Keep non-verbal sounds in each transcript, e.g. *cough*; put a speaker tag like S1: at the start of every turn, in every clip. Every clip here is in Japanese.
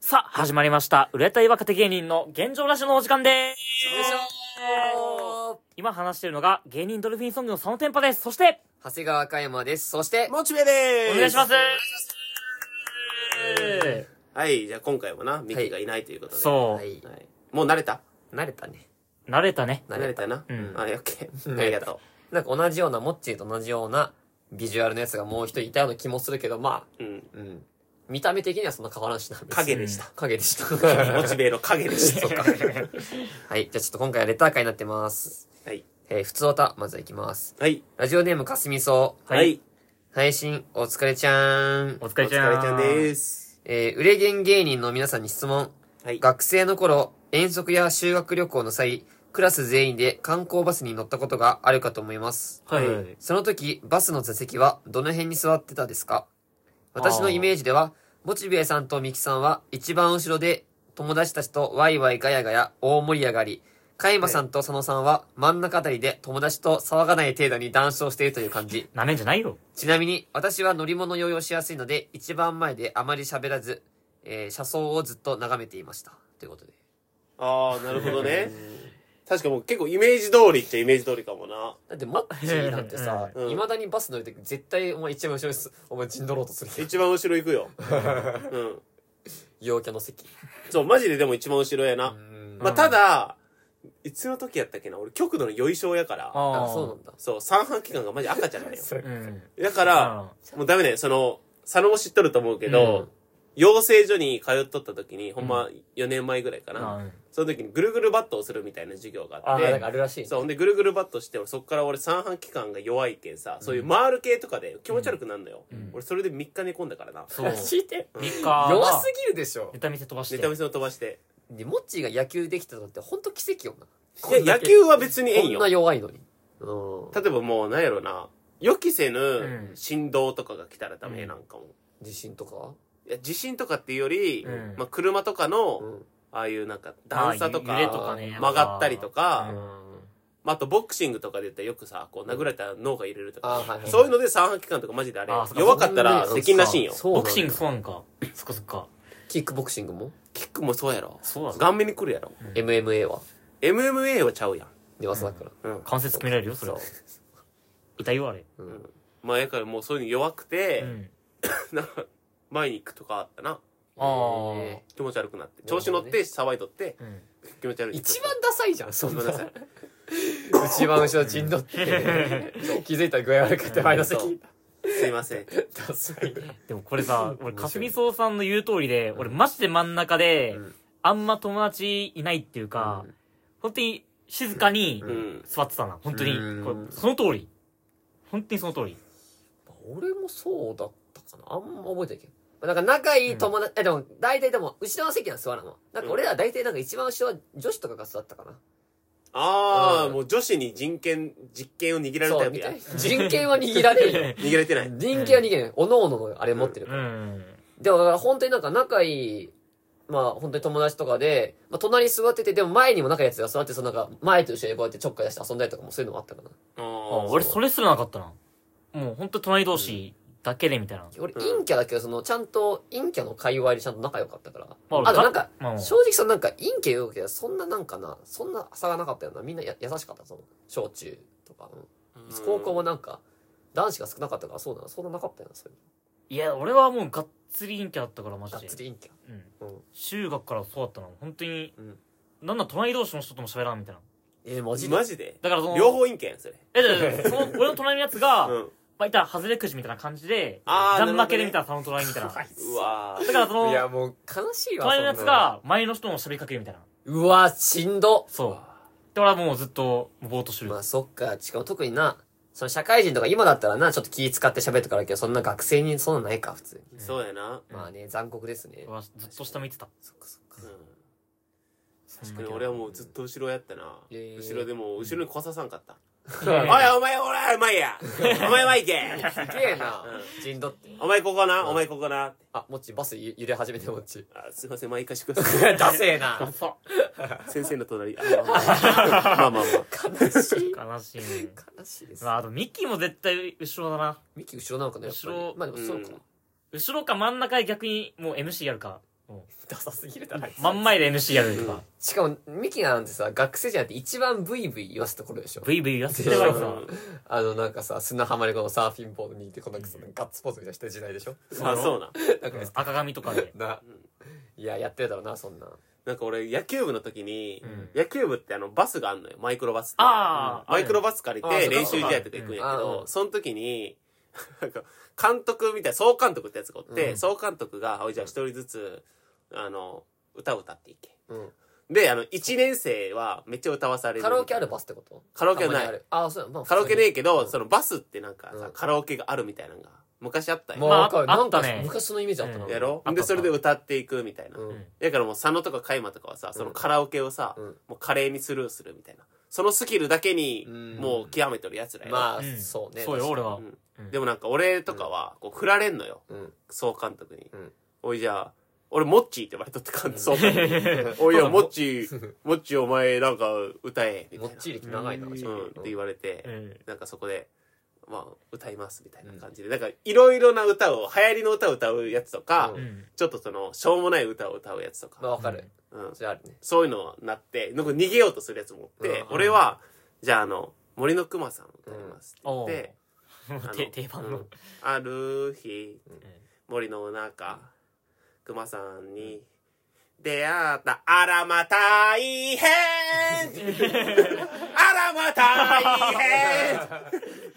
S1: さあ、始まりました。売れたい若手芸人の現状ラジオのお時間です。
S2: よいしょ
S1: 今話しているのが芸人ドルフィンソングのそのテンパです。そして、
S2: 長谷川香山です。そして、
S3: モチベで
S1: お
S3: す
S1: 願いします。
S3: はい、じゃあ今回もな、ミキがいないということで。
S1: そ
S2: はい。
S3: はいもう慣れた
S2: 慣れたね。
S1: う、慣れたね。
S2: 慣
S3: 慣
S2: れ
S3: れ
S2: た
S3: たな。
S1: うん
S3: あ、オッケー。ありがと
S2: なんか同じような、モッチーと同じようなビジュアルのやつがもう一人いたような気もするけど、ま
S3: う。うん。
S2: あ、うん。見た目的にはそんな変わらんしな。別に
S3: 影でした。
S2: 影でした。
S3: モチベの影でし
S2: そ
S3: た。
S2: っか。 *laughs* はい。じゃあちょっと今回はレター会になってます。
S3: はい。
S2: えー、普通おた、まずはいきます。
S3: はい。
S2: ラジオネームかすみそう。
S1: はい。
S2: 配信、お疲れちゃーん
S1: お。疲れちゃん。
S3: お疲れちゃんです。
S2: えー、売れ弦芸人の皆さんに質問。
S3: はい。
S2: 学生の頃、遠足や修学旅行の際、クラス全員で観光バスに乗ったことがあるかと思います。
S1: はい。
S3: はい
S2: その時、バスの座席はどの辺に座ってたですか私のイメージでは、モチベさんとミキさんは一番後ろで友達たちとワイワイガヤガヤ大盛り上がり、カイマさんと佐野さんは真ん中あたりで友達と騒がない程度に談笑しているという感じ。
S1: なめんじゃないよ。
S2: ちなみに、私は乗り物用用しやすいので、一番前であまり喋らず、えー車窓をずっと眺めていました。ということで。
S3: ああ、なるほどね。確かもう結構イメージ通りっちゃイメージ通りかもな。
S2: だって、マッチーなんてさ、
S3: うん
S2: いまだにバス乗るとき、絶対、お前一番後ろにす、お前陣取ろうとする。
S3: 一番後ろ行くよ。うん。
S2: 陽キャの席。
S3: そう、マジででも一番後ろや
S2: う
S3: な。
S2: ん。
S3: まあ、ただ、いつの時やったっけな俺、極度の酔い症やから。
S1: あ
S2: あ、そうなんだ。
S3: そう、三半期間がマジ赤ちゃんなんよ。
S2: そう
S1: うなん
S3: だから、もうダメだよ。その、佐野も知っとると思うけど、
S1: うん
S3: 養成所に通っとった時に、ほんま4年前ぐらいかな。その時にぐるぐるバットをするみたいな授業があ
S2: あ、
S3: っ
S2: なんか
S3: て、
S2: あるらしいね。
S3: そう、ほんでぐるぐるバットして、俺そっから俺三半期間が弱いけんさ、そういう回る系とかで気持ち悪くなるのよ。
S1: ん
S3: 俺それで3日寝込んだからな。
S1: そう。3
S3: *laughs*
S2: て。
S1: 日
S2: 弱
S1: は
S2: すぎるでしょ
S1: ネ。タ見せ飛ばして。
S3: ネタ見せを飛ばして。
S2: で、モッチーが野球できたのって、ほんと奇跡よな。
S3: いや野球は別にええん
S2: こ
S3: よ。
S2: んな
S3: 例
S2: 弱いのに。うん。
S3: えばもう、なんやろな、予期せ
S1: う
S3: ぬ
S1: ん
S3: 振動とかが来たらダメなんかも。
S2: 自信とか
S3: いや地震とかっていうより、
S1: うん
S3: まあ、車とかの、
S2: うん。
S3: ああいうなんか段差とか
S1: まあ揺れとかね
S3: 曲がったりとか、
S2: うん
S3: まあ、あとボクシングとかで言ったらよくさこう殴られたら脳が揺れると
S2: あ、
S3: か、
S2: はいはい。
S3: そういうので三半期間とかマジであれ
S1: あーそっか
S3: 弱かったら
S2: そんな
S3: 責任らしいんよ
S2: そうなん
S1: ボ
S2: だ
S1: クシングそうなんか。そっかそっか。
S2: キックボクシングも
S3: キックもそうやろ
S1: そうだぞ
S3: 顔面に来るやろ、
S2: ?MMA は
S3: MMA はちゃうやん、
S2: で、技だから。
S3: うん
S1: 関節決められるよ、それ
S3: そう
S1: は。痛いよ、あれ。
S3: まあやからもうそういうの弱くて、
S1: うん。
S3: なんか前に行くとかあったな
S1: あー
S2: え
S3: 気持ち悪くなっ
S2: な
S3: て
S2: る
S3: 調
S2: ほどね
S3: 子乗って騒いとって
S1: うん。
S3: 気持ち悪
S2: ー
S3: い
S2: 一番ダサいじゃん、そ
S3: ご
S2: ん
S3: め
S2: なん *laughs*
S3: なさい。
S2: 一番後ろ陣取 *laughs* って、気づいたら具合悪くて前の席。
S3: すいません
S2: ダサいね。
S1: でもこれさ、俺、
S2: 面白い
S1: かすみそうさんの言う通りで、俺マジで真ん中で
S2: うん、
S1: あんま友達いないっていうか、本当に静かに
S3: うん
S1: 座ってたな。本当に
S2: う。ん
S1: これその通り。本当にその通り。
S2: 俺もそうだったかな。あんま覚えてないけど。まあなんか仲いい友達、え、でも、大体でも、後ろの席なん座らんわ。なんか俺ら大体なんか一番後ろは女子とかが座ったかな。
S3: ああ、
S2: うん
S3: もう女子に人権実権を握られた
S2: そう、
S3: やつ
S2: みた
S3: や
S2: いな。人権は握られ
S3: *laughs*
S2: るよ。
S3: 握られてない
S2: 人権は握れない。おのおののあれ持ってる
S1: う。ん。
S2: でもだから本当になんか仲いい、まあ本当に友達とかで、まあ隣に座ってて、でも前にも仲いいやつが座って、そのなんか前と一緒にこうやってちょっかい出して遊んだりとかもそういうのもあったかな。
S3: あ
S1: あ
S3: ー
S1: 俺、それすらなかったな。もう本当隣同士だけでみたいな。
S2: 俺、
S3: うん
S2: 陰キャだけど、その、ちゃんと、陰キャの界隈でちゃんと仲良かったから。
S1: まあ俺
S2: あとなんか、
S1: まあ
S2: 正直そのなんか、陰キャ言うけど、そんななんかな、そんな差がなかったよな。みんなや優しかった、その、小中とか。うん
S3: うん
S2: 高校もなんか、男子が少なかったから、そうだな、そんななかったよな、そういう
S1: いや、俺はもうがっつり陰キャだったから、マ
S2: の。
S1: ジ
S2: がっ
S1: で。
S2: つり陰キャ。
S1: うん。
S2: うん。
S1: 中学からそうだったな。本当に、
S2: うん
S1: なんなん隣同士の人とも喋らんみたいな。
S2: えー、マジで
S3: マジで
S1: だからその、
S3: 両方陰険やんそれ
S1: え、じゃあじゃあその、俺の隣のやつ
S2: *laughs*
S1: が、
S3: うん
S1: まあ、いたら、外れくじみたいな感じで、
S3: あー
S1: ン負けで見たら、その隣みたいな。だ
S2: か
S1: か
S2: いっす
S3: うわー
S1: ら、そ
S2: いや、
S1: の、
S2: もう、悲しいわ、
S1: 隣のやつ
S2: そんなの。
S1: が、前の人の喋りかけるみたいな。
S2: うわ、しんど。
S1: そう。で、俺はもうずっと、ぼーっとしてる
S2: ま。あそっか、しかも特にな、その社会人とか今だったらな、ちょっと気使って喋ってからけど、そんな学生にそんなないか、普通に。
S3: *laughs* そうやな
S2: まあね、残酷ですね
S1: 俺。はずっと下見てた。
S2: そっかそっ
S3: う
S1: ほ
S2: か。
S3: ん
S1: んま
S3: で
S1: に
S3: も俺はもうずっと後ろやったな
S2: えー
S3: 後ろでもう後ろに来ささんかった
S2: う
S3: おい
S2: ん
S3: お前おらうまい *laughs* やお前はい *laughs* け
S2: すげえな、陣取って。
S3: お前ここなお前ここな
S2: あ、もっち、バスゆ揺れ始めて、もっち。
S3: あすいません毎回して *laughs* くださ
S2: ダセえな。
S3: い先生の隣あ *laughs* まあまあまあまあまあ
S2: 悲しい。
S1: 悲しいね。
S2: 悲しいです。
S1: まあ、あと、ミキも絶対後ろだな。
S2: ミキ後ろなのかな、やっぱり
S1: 後ろ
S2: まあでもそうか。
S3: うん
S1: 後ろか真ん中で逆に、もう MC やるか。うん
S3: ダサすぎるだろあいつ
S1: 真ん前で NC やるとか、
S2: しかも、ミキなんてさ、学生じゃなくて一番ブイブイ言わすところでしょ。
S1: ブイブイやって
S3: う
S1: た
S3: ん
S1: から
S2: そ
S1: さ
S2: うあの、なんかさ、砂浜でこのサーフィンボードにいて、このなんかそのガッツポーズみたいなしてる時代でしょ。
S3: あそうなん
S2: なんか、
S1: 赤髪とかで
S2: な、いや、やってるだろうな、そんな。
S3: なんか俺野球部の時に、
S1: うん
S3: 野球部ってあのバスがあんのよマイクロバスって
S1: あー
S3: マイクロバス借り
S2: あーそ
S3: て
S2: うか
S3: 練習試合とか行くんやけ
S2: うんあ
S3: ど、
S2: ー
S3: その時に *laughs* なんか監督みたいな総監督ってやつがおって、
S2: うん
S3: 総監督が「おいじゃあ一人ずつあの歌を歌っていけ
S2: うん。」
S3: であの1年生はめっちゃ歌わされる
S2: カラオケあるバスってこと
S3: カラオケはな
S2: た
S3: い
S2: まにあるあ、そうやまあ
S3: カラオケねえけど、
S2: うん
S3: そのバスってなんかさ、
S2: うん
S3: カラオケがあるみたいなのが昔あった
S2: ま
S3: よ、
S1: まあ
S2: あ、わかる。
S1: あ
S2: なんか
S1: あったね
S2: 昔そのイメージあったな。
S1: うん
S3: やろ
S1: あった
S3: でそれで歌っていくみたいな、
S2: うん
S3: だからもう佐野とか海馬とかはさそのカラオケをさ、
S2: うん
S3: もう華麗にスルーするみたいなそのスキルだけに
S2: うん
S3: もう極めてるやつらやろ
S2: まあ、
S1: うん
S2: そうね。
S1: そうよ俺は、
S3: うん
S1: うん
S3: でもなんか俺とかはこう振られんのよ
S2: うん。
S3: 総監督に、
S2: うん
S3: おいじゃあ俺モッチーって言われとって *laughs* 監督総監督においやモッチーモッチーお前なんか歌えみた
S2: も
S3: いな
S2: っちり歴長いな、
S1: うん
S2: 確か
S3: う
S2: に
S3: んって言われて、
S1: うん
S3: なんかそこでまあ歌いますみたいな感じで、なんかいろいろな歌を流行りの歌を歌うやつとか、
S2: う
S1: うん
S3: ちょっとそのしょうもない歌を歌うやつと
S2: *laughs*
S3: か、
S2: まあ、わかる。
S3: うん、
S2: それあるね。
S3: そういうのなって、なんか逃げようとするやつもおって、
S2: うん
S3: 俺は、じゃああの、森の熊さん歌いますって言って、あの
S1: て定番の、
S3: うんある日、
S1: ん
S3: 森の中、熊さんに、出会った、あらま大変あらま大変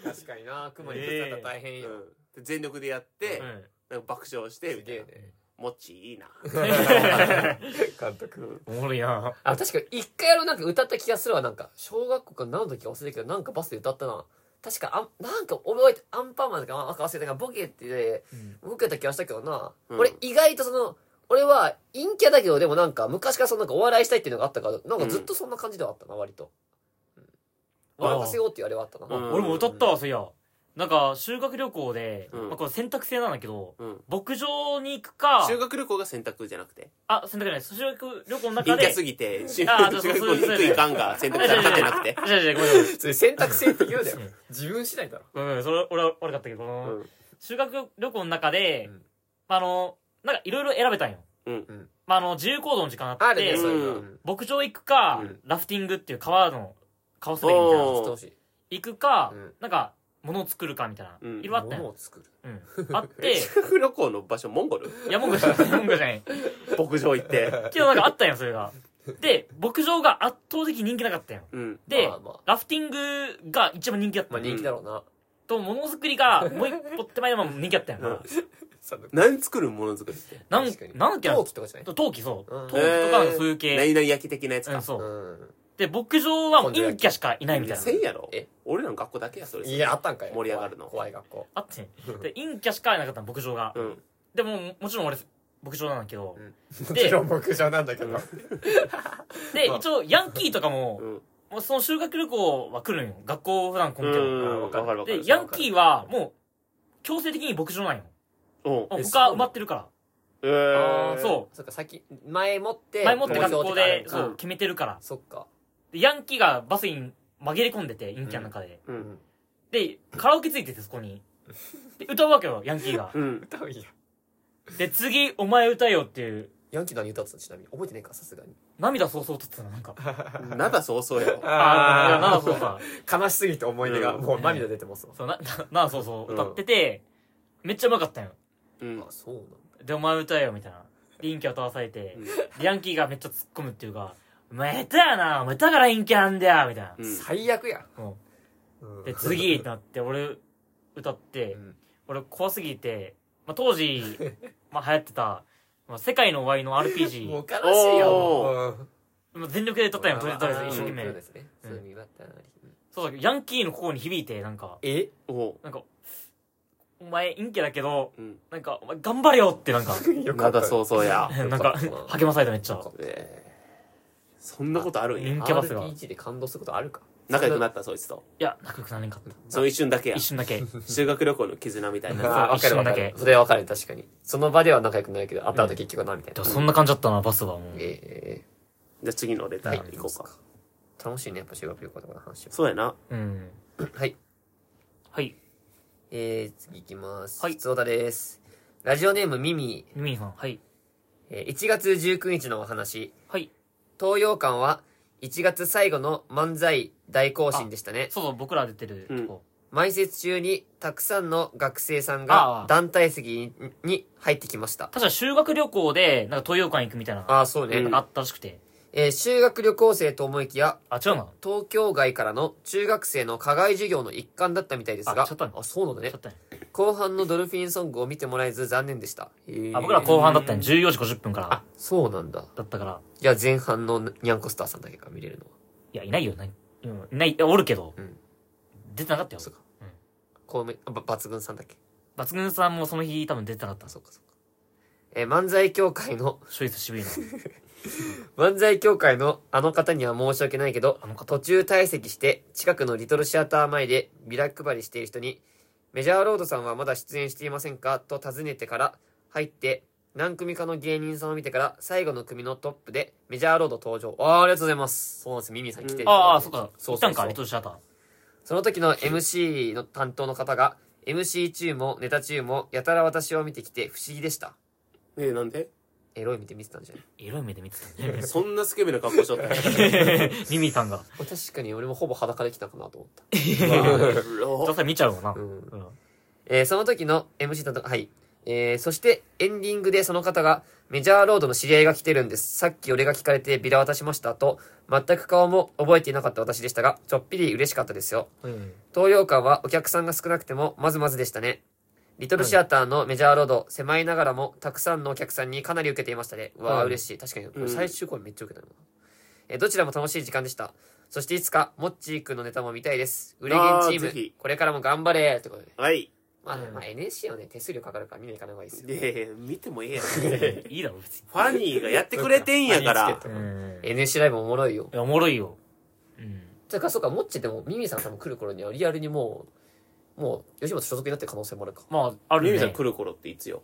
S2: *laughs* 確かにな、熊に
S1: に
S2: ぶ
S1: ぶ
S2: つ
S1: つ
S2: か
S1: か
S2: っ
S1: ったたら
S2: ら大変
S3: う
S2: よ。
S3: んで全力でやって、
S1: うん
S3: なんか爆笑して、
S2: す
S3: みた
S2: げ
S3: いな
S2: え
S3: もっちいいな。
S2: ね。 *laughs* 監督。
S1: おもろいな
S2: あ、確かに一回やろうなんか歌った気がするわ、なんか。小学校か何の時か忘れたけど、なんかバスで歌ったな。確か、あんなんか覚えて、アンパンマンとかなんか忘れたから、ボケって、僕やった気がしたけどな。
S3: うん
S2: 俺意外とその、俺は陰キャだけど、でもなんか昔からそのなんかお笑いしたいっていうのがあったから、なんかずっとそんな感じではあったな、割と。お
S1: あ
S2: 腹せようって言われはあったな。
S3: うん
S1: 俺も歌ったわそういやなんか修学旅行で、
S3: うん
S1: まあ、これ選択制なんだけど
S3: うん。
S1: 牧場に行くか
S3: 修学旅行が選択じゃなくて
S1: あ選択じゃない修学旅行の中
S3: 陰キャ
S1: です
S3: ぎて、修
S1: あーそ
S3: 学
S1: う
S3: 旅
S1: そう
S3: 行に行くいかんが選択肢に立てなくて。
S1: 違う違うごめんごめん
S2: それ選択制って *laughs* 言うだよ。自分次第だろ。
S1: ごめんごめんそれ俺は悪かったけど、
S3: うん
S1: 修学旅行の中で、
S2: うん
S1: あのなんかいろいろ選べたんよ、
S3: うん
S2: うん
S1: まあ、あの自由行動の時間あ
S2: あ
S1: っ
S2: る
S1: て
S2: ね、そういう
S3: う
S2: の
S3: ん。
S1: 牧場行くか、
S2: うん
S1: ラフティングっていう川の川滑りみたいな
S3: おー
S2: してほしい。
S1: 行くか、
S2: うん
S1: なんか物を作るかみたいな、
S3: うん
S1: いろいろあったん
S2: 物
S1: よ
S2: を作る。
S1: うん、あって
S3: 修学旅行の場所、モンゴル
S1: いや文句じゃない文句じゃない
S3: 牧場行って。
S1: けどなんかあったんよそれがで牧場が圧倒的に人気なかったんよ
S3: うん。
S1: で、
S2: まあまあ
S1: ラフティングが一番人気だった
S2: まあ
S1: の、
S2: 人気だろうな。
S1: とものづくりがもう一歩手前でも人気だったんよ、
S3: うん
S2: さあ
S3: 何作るもの作りって。
S1: なん
S2: 確かに
S1: なんだっけな
S2: 陶器とかじゃない
S1: 陶器そう
S2: うん
S1: 陶器とかの風景、
S3: 何々焼き的なやつ
S1: うん
S3: か。
S1: そう、
S2: うん。
S1: で牧場はもう陰キャしかいないみたいな
S3: せんやろ
S2: え
S3: 俺らの学校だけや、それ。
S2: いや、あったんかい。
S3: 盛り上がるの
S2: 怖い怖い学校。
S1: あってで陰キャしかいなかったの牧場が、
S3: うん。
S1: でももちろん俺牧場なんだけど、
S2: うん
S1: もちろ
S2: ん牧場なん
S1: *laughs*
S2: だけど。
S1: で
S2: まあ
S1: 一応ヤンキーとかも
S3: う、ん。
S1: もうその修学旅行は来るんよ学校普段来んけど、
S3: うん。わかるわかる。
S1: でヤンキーはもう強制的に牧場なんよ
S3: うん。
S1: もう
S2: えそうな
S1: 他
S2: の
S1: 埋まってるから
S3: え
S2: あ
S3: ー
S2: ー。
S1: そう
S2: そっか、先、前もって。
S1: 前もって学
S2: 牧場
S1: 校
S2: とかある
S1: で
S2: んか
S1: そううん決めてるから
S2: そっか。
S1: でヤンキーがバスに紛れ込んでて陰キャの中で、
S3: う。。
S2: うん
S1: でカラオケついててそこにで歌うわけよヤンキーが
S3: うん。
S2: 歌ういや。
S1: で次お前歌えよっていう
S2: ヤンキー何歌ってたのちなみに。覚えてねえか、さすがに。
S1: 涙そうそうとってたのなんか
S3: なだそうそ
S1: *laughs*
S3: うやろ。
S1: ああなそうそう
S2: 悲しすぎて思い出が、
S3: うん
S2: もう涙出てますわ。
S1: そうなななそうそう歌ってて、めっちゃうまかったんよ
S3: うん
S2: あ、。そうなんだ。
S1: でお前歌えよみたいなで陰キャ歌わされて
S3: うん、
S1: でヤンキーがめっちゃ突っ込むっていうかお前下手やなお前だから陰キャなんだよみたいな、
S3: うん
S2: 最悪や。
S1: うん
S2: うん
S1: で次ってなって俺歌って、
S2: うん
S1: 俺怖すぎて、まあ、当
S2: *laughs*
S1: 時、まあ、流行ってた「まあ、世界の終わり」の RPG
S2: も
S1: も
S2: う悲しいよ。
S3: お
S2: も
S1: う
S2: う
S1: 全力で歌ったんよとりあえず一生懸
S2: うんそ
S1: 命
S2: うですね。そういう意味だったな
S1: そうだヤンキーのここに響いてなんか
S2: え
S3: おう
S1: なんか「お前陰キャだけど
S3: うん。
S1: なんかお前頑張れよ」ってなんか
S2: よ
S3: なだ
S2: う。
S3: そうそうや。
S1: *laughs* なん
S2: よか
S1: か
S2: ったな
S1: 励まされためっちゃ
S2: よかった
S3: えーそんなことあるんや
S1: 人。気合わせが
S2: RPG で感動することあるか。
S3: 仲良くなった、そいつと。
S1: いや仲良くなれんかった
S3: その一瞬だけや
S1: 一。瞬だけ
S3: 修学旅行の絆みたい
S2: あー
S3: な。
S1: そう
S2: わかるわか
S1: 一瞬
S2: る
S1: だ。け
S2: それはわかる、確かに。その場では仲良くないけど、後々結局な、みたい
S1: で
S2: な
S1: も。そんな感じだったなバスはもう
S2: ええ
S3: じゃあ次のレター行こうか。
S2: 楽しいね、やっぱ修学旅行とかの話は。
S3: そうやな。
S1: うん
S2: はい。
S1: はい
S2: えー、次行きます。
S1: はい
S2: つおたです。ラジオネームミミ
S1: ミミィさんはい
S2: ええー1月19日のお話、
S1: はい。
S2: 東洋館は1月最後の漫才大行進でしたね。
S1: そうそう、僕ら出てるとこ。
S2: 埋設中にたくさんの学生さん
S1: あ
S2: が
S1: あ
S2: 団体席にに入ってきました。
S1: 確か修学旅行で、なんか東洋館行くみたいな、
S2: ああ、そうね。
S1: なんかあったらしくて。
S2: えー修学旅行生と思いきや、
S1: あ、違うな。
S2: 東京外からの中学生の課外授業の一環だったみたいですが、
S1: あちょっとね
S2: そうなんだね
S1: ちょっ。とね。
S2: 後半のドルフィンソングを見てもらえず残念でした。へー
S1: あ、僕ら後半だったね。14時50分から
S2: あ、そうなんだ。
S1: だったから。
S2: じゃあ前半のニャンコスターさんだけが見れるのは。
S1: いや、いないよ、ない。うん、いない、いやおるけど
S2: うん。
S1: 出てなかったよ。
S2: そうかこうめ、ば抜群さんだっけ
S1: 抜群さんもその日多分出てなかった
S2: あ、。そうかそうか。えー漫才協会の、
S1: ショイス渋いの。
S2: 漫才協会のあの方には申し訳ないけど
S1: あの、方
S2: 途中退席して、近くのリトルシアター前でビラ配りしている人に、メジャーロードさんはまだ出演していませんかと尋ねてから、入って、何組かの芸人さんを見てから、最後の組のトップで、メジャーロード登場。あーありがとうございます。そうなんです、ミミさん来ていただいて
S1: ああ、そっか。
S2: そ
S1: 行
S2: う
S1: っ
S2: そ
S1: た
S2: うんそ
S1: か、
S2: う
S1: リトルシアター。
S2: その時の MC の担当の方が、MC 中もネタ中も、やたら私を見てきて不思議でした。
S3: ねえ、なんで
S2: エロい見て見てたんじゃない
S1: エロい目で見てたね。
S3: *laughs* そんなスケベな格好しとっ
S2: *laughs*
S3: たんや
S1: ミミさんが。
S2: 確かに俺もほぼ裸で来たかなと思った。
S1: お父さん見ちゃうわな。
S2: う
S1: うんん。
S2: えーその時の MC 担当、はい。えーそしてエンディングでその方が、メジャーロードの知り合いが来てるんです。さっき俺が聞かれてビラ渡しましたと、全く顔も覚えていなかった私でしたが、ちょっぴり嬉しかったですよ。
S1: うん
S2: 東洋館はお客さんが少なくてもまずまずでしたね。リトルシアターのメジャーロード、狭いながらもたくさんのお客さんにかなり受けていましたね。うわあ、
S1: はい
S2: 嬉しい。確かに、こ
S3: う
S2: れ
S3: ん
S2: 最終公演めっちゃ受けたな。えーどちらも楽しい時間でした。そしていつか、モッチーくんのネタも見たいです。売れゲンチ
S3: あーぜ
S2: ーム
S3: ひ、
S2: これからも頑張れってことで。
S3: はい。
S2: まあ、
S1: うん
S2: まあ、NSC はね、手数料かかるから見に行かない方がいいですよ。
S3: で、見てもええやん。
S1: いいだろ、別に。
S3: ファニーがやってくれてんやか
S2: ファニー
S3: ら
S2: つけ。
S1: う
S2: た
S1: ん。い
S2: NSC ライブもおもろいよ。
S1: や、おもろいよ。うん。
S2: だから、そうか、モッチーでも、ミミさん多分来る頃にはリアルにもう、もう、吉本所属になってる可能性もあるか。
S1: まあ、あ
S3: ミ
S1: る
S3: ミさん
S1: ね
S3: 来。る頃っていつよ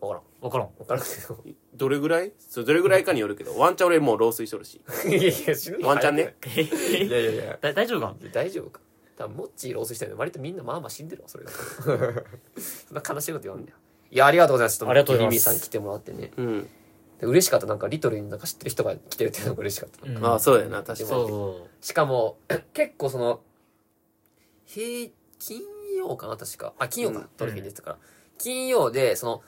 S2: わからん。
S1: わからん。
S2: わからんけど。
S3: どれぐらいそうどれぐらいかによるけど、ワンチャン俺もう老衰しとるし。
S2: いやいや、死ぬの
S3: ワンチャンね。
S2: いやいやいや。
S1: *laughs* だ大丈夫か
S2: 大丈夫か多分モッチーロースしたよね割とみんなまあまあ死んでるわそれがそんな悲しいこと言わんだよいやありがとうございますちょっ
S1: ありがとうございます
S2: ミミさん来てもらってね
S3: うん。
S2: で嬉しかったなんかリトルになんか知ってる人が来てるっていうのが嬉しかっ
S1: う
S2: た、
S1: ん
S3: ああ、そうやな、確か
S1: そう
S3: に。
S1: そ
S2: しかも *coughs* 結構その平金曜かな確かあ金曜か、
S3: うん
S2: ドルフィンでしたから、金曜でその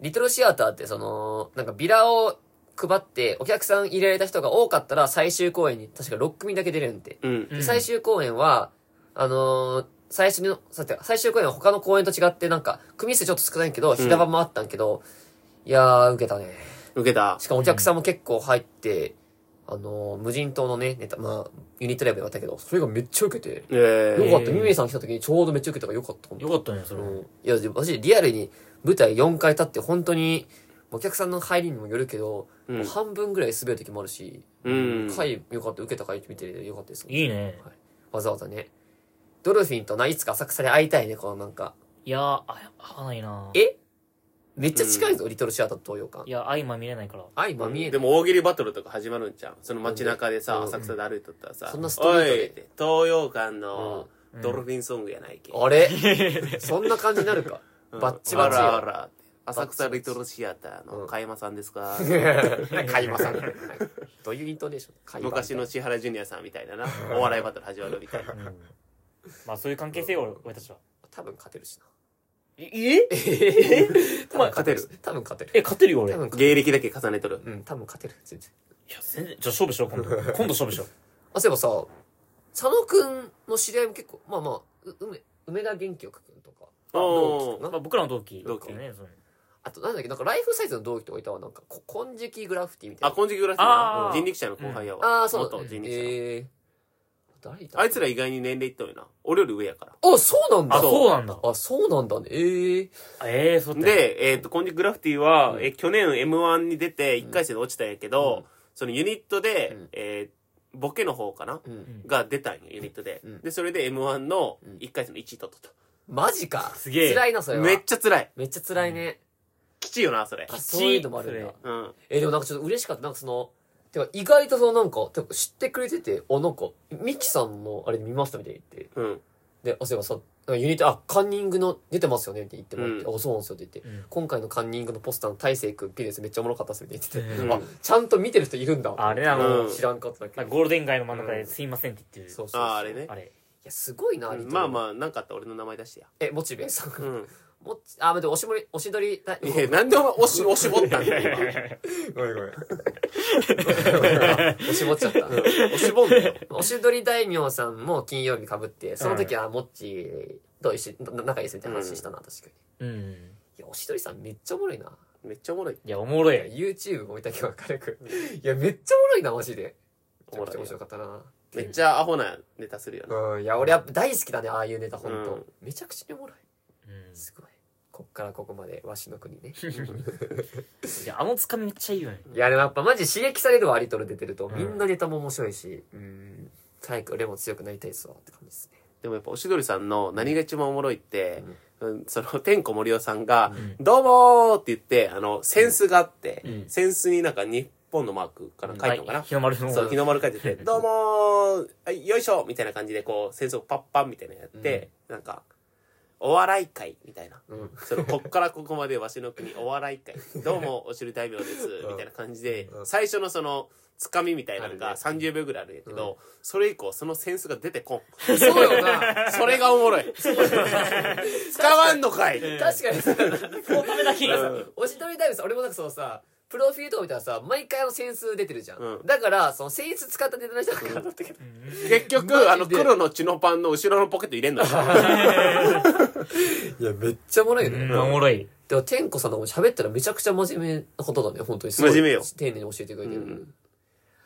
S2: リトルシアターってそのなんかビラを配ってお客さん入れられた人が多かったら最終公演に確か6組だけ出れるんで
S3: うん。
S1: う
S2: で
S1: ん
S2: 最終公演は、あのー最初の、さて、最終公演は他の公演と違って、なんか、組数ちょっと少ないけど、平場もあったんけど、いやー、受けたね。
S3: 受けた
S2: し。かもお客さんも結構入って、あのー無人島のね、ネタ、まあ、ユニットライブやったけど、それがめっちゃ受けて、
S3: え
S2: よ
S3: え。
S2: かった。ミミさん来た時にちょうどめっちゃ受けたからよかった。
S1: う。よかったね、それ
S2: う
S1: も。
S2: んいや、で私、リアルに舞台4回立って、本当に、お客さんの入りにもよるけど、
S3: うん
S2: もう半分ぐらい滑る時もあるし、
S3: うん。
S2: 回よかった、受けた回見てよかったです。
S1: いいね。
S2: わざわざね。ドルフィンとないつか浅草で会いたいね、このなんか。
S1: いやー、あ、合わないな
S2: えめっちゃ近いぞ、リトルシアターと東洋館
S1: い。や、合間見れないから。
S2: 相まみえ
S3: で
S2: る。
S3: も大喜利バトルとか始まるんちゃうその街中で
S2: う
S3: さ
S2: ん
S3: 浅草で歩いとったらさ「
S2: そんなストレートで
S3: おいって東洋館の
S1: うん
S3: ドルフィンソングやないけ」
S2: あれそんな感じになるか。
S3: うん
S2: バッチバチや
S3: あらあらって浅草リトルシアターの加山さんで
S2: *laughs*
S3: すか
S2: カイマさん。どういうイントネーションカイマ
S3: 昔の。千原ジュニアさんみたいななお笑いバトル始まるみたいな
S1: うんまあ、そういう関係性よ、俺たちは。
S2: 多分勝てるしな。
S1: え
S2: *laughs* 多分勝てる。多分勝てる。
S1: え、勝てるよ、俺。い
S2: 多分勝て
S3: 芸
S2: る。
S3: 歴だけ重ねとる
S2: うん、多分勝てる。全然。
S1: や、全然。じゃあ勝負しよう、今度。 *laughs* 今度勝負しよう。
S2: あ、そういえばさ、佐野くんの知り合いも結構、まあまあ、う梅、梅田元気よくくんとか。
S3: あ
S2: 同期か
S1: まあ、
S2: な
S1: 僕らの同期。
S3: 同期
S1: ね、その
S2: あと、なんだっけ、なんかライフサイズの同期とかいたわ。なんか、こ金色グラフィティみたい
S3: あ
S2: な。
S3: 金色グラス
S1: あ
S3: な
S1: ー
S3: 人力車の後輩やわ
S2: ああ、そう
S3: 元人力車の
S2: ええ誰いた
S3: あいつら意外に年齢いっとるよな俺より上やから
S2: あ、そうなんだ。
S1: あ、そうなんだ。
S2: あ、そうなんだね。ええ
S1: ええ、そうだったよ
S3: で、えっ、と、コンジグラフィティは、え、去年 M1 に出て1回戦で落ちたんやけど、
S2: うん
S3: そのユニットで、
S2: うん
S3: えーボケの方かな、
S2: うん。
S3: が出たんよ、ユニットで。
S2: うん
S3: で、それで M1 の
S2: うん
S3: 1回戦の1位取ったと。
S2: マジか。
S1: すげえ
S2: 辛いな、それは。
S3: めっちゃ辛い。
S2: めっちゃ辛いね。
S3: きちいよな、それ。
S2: あ、そういうのもあるんだ
S1: き。
S3: うん。
S2: え、でもなんかちょっと嬉しかった。なんかその、てか意外とそのなんか、てか知ってくれてて、あ、なんか、ミキさんのあれ見ましたみたいに言って。
S3: うん。
S2: で、あ、そういえばさ、からユニット、あ、カンニングの出てますよねって言ってもらって、
S3: う
S2: あ、そうなんですよって言って、
S1: うん
S2: 今回のカンニングのポスターの大成君、ピレスめっちゃおもろかったっすよねって言ってて、
S3: うん
S2: あ、ちゃんと見てる人いるんだ。
S1: あれあ
S3: の
S2: 知らんかっただけ
S1: なん
S2: ど。
S1: かゴールデン街の真ん中ですいませんって言ってる。
S2: そうそうそう
S3: ああれね
S1: あ
S2: *laughs*
S1: れ。
S2: いや、すごいな、
S3: まあまあなんかあったら俺の名前出してや
S2: あ。え、モチベさん。
S3: うん
S2: もっち、あ、待って、おしぼり、おしどり、だ
S3: いやなんでお前おしおしぼったんだよ
S2: ごめんごめん。おしぼっちゃった。
S3: 今おしぼんだよ
S2: おしどり大名さんも金曜日かぶって、その時はもっちと一緒にな仲いいですみたいな話したな、確かに。
S1: うん。
S2: いや、おしどりさんめっちゃおもろいな。
S3: めっちゃおもろい
S1: いや、おもろい。
S2: YouTube も見たけど明るく。いや、めっちゃおもろいな、マジで。め
S3: お
S2: ちゃくちゃ
S3: もろいよ
S2: 面白かったな。
S3: めっちゃアホなネタするよね
S2: うん、いや、俺やっぱ大好きだね、ああいうネタ、ほん
S3: う
S2: と
S3: ん。
S2: めちゃくちゃにおもろい。
S1: うん。
S2: すごい。こっからここまで、わしの国ね。
S1: いや、あのつかみめっちゃいいよね。
S2: いや、でもやっぱマジ刺激されるわ、アリトル出てると。
S1: うん
S2: みんなネタも面白いし、うん。早く俺も強くなりたいっすわ、って感じですね。
S3: でもやっぱおしどりさんの何が一番おもろいって、うんその天子森夫さんが
S1: ん
S3: 「どうもー!」って言ってあのセンスがあって、
S1: うん
S3: センスになんか日本のマークから書いてるのかな、
S1: はい日の丸の。
S3: そう日の丸書いて *laughs* て「どうもーはいよいしょ!」みたいな感じでこうセンスをパッパンみたいなのやって、なんか「お笑い会」みたいな。
S2: うん。
S3: そのこっからここまでわしの国お笑い会
S2: *laughs*
S3: どうもおしる大名ですみたいな感じで
S2: うん
S3: 最初のそのつかみみたいなの
S2: あ
S3: が30秒ぐらいあるんやけ
S2: う
S3: どそれ以降そのセンスが出てこん
S2: そうよな。
S3: *laughs* それがおもろい。使わんのかい。
S2: 確かにさ、
S1: こう食べだけ。
S2: おしどりダイブさん、俺もなんかそのさ、プロフィールとか見たらさ、毎回あのセンス出てるじゃん。
S3: うん
S2: だから、そのセンス使ったネタの人だからだったけど。
S3: 結
S2: マジで
S3: 局、あの、黒のチノパンの後ろのポケット入れんのよ
S2: *laughs* いや、めっちゃおもろいよね。
S1: うん、おもろい。
S2: でも、天子さんの喋ったらめちゃくちゃ真面目なことだね、本当に。すごい
S3: 真面目よ
S2: 丁寧に教えてくれてる。
S3: うん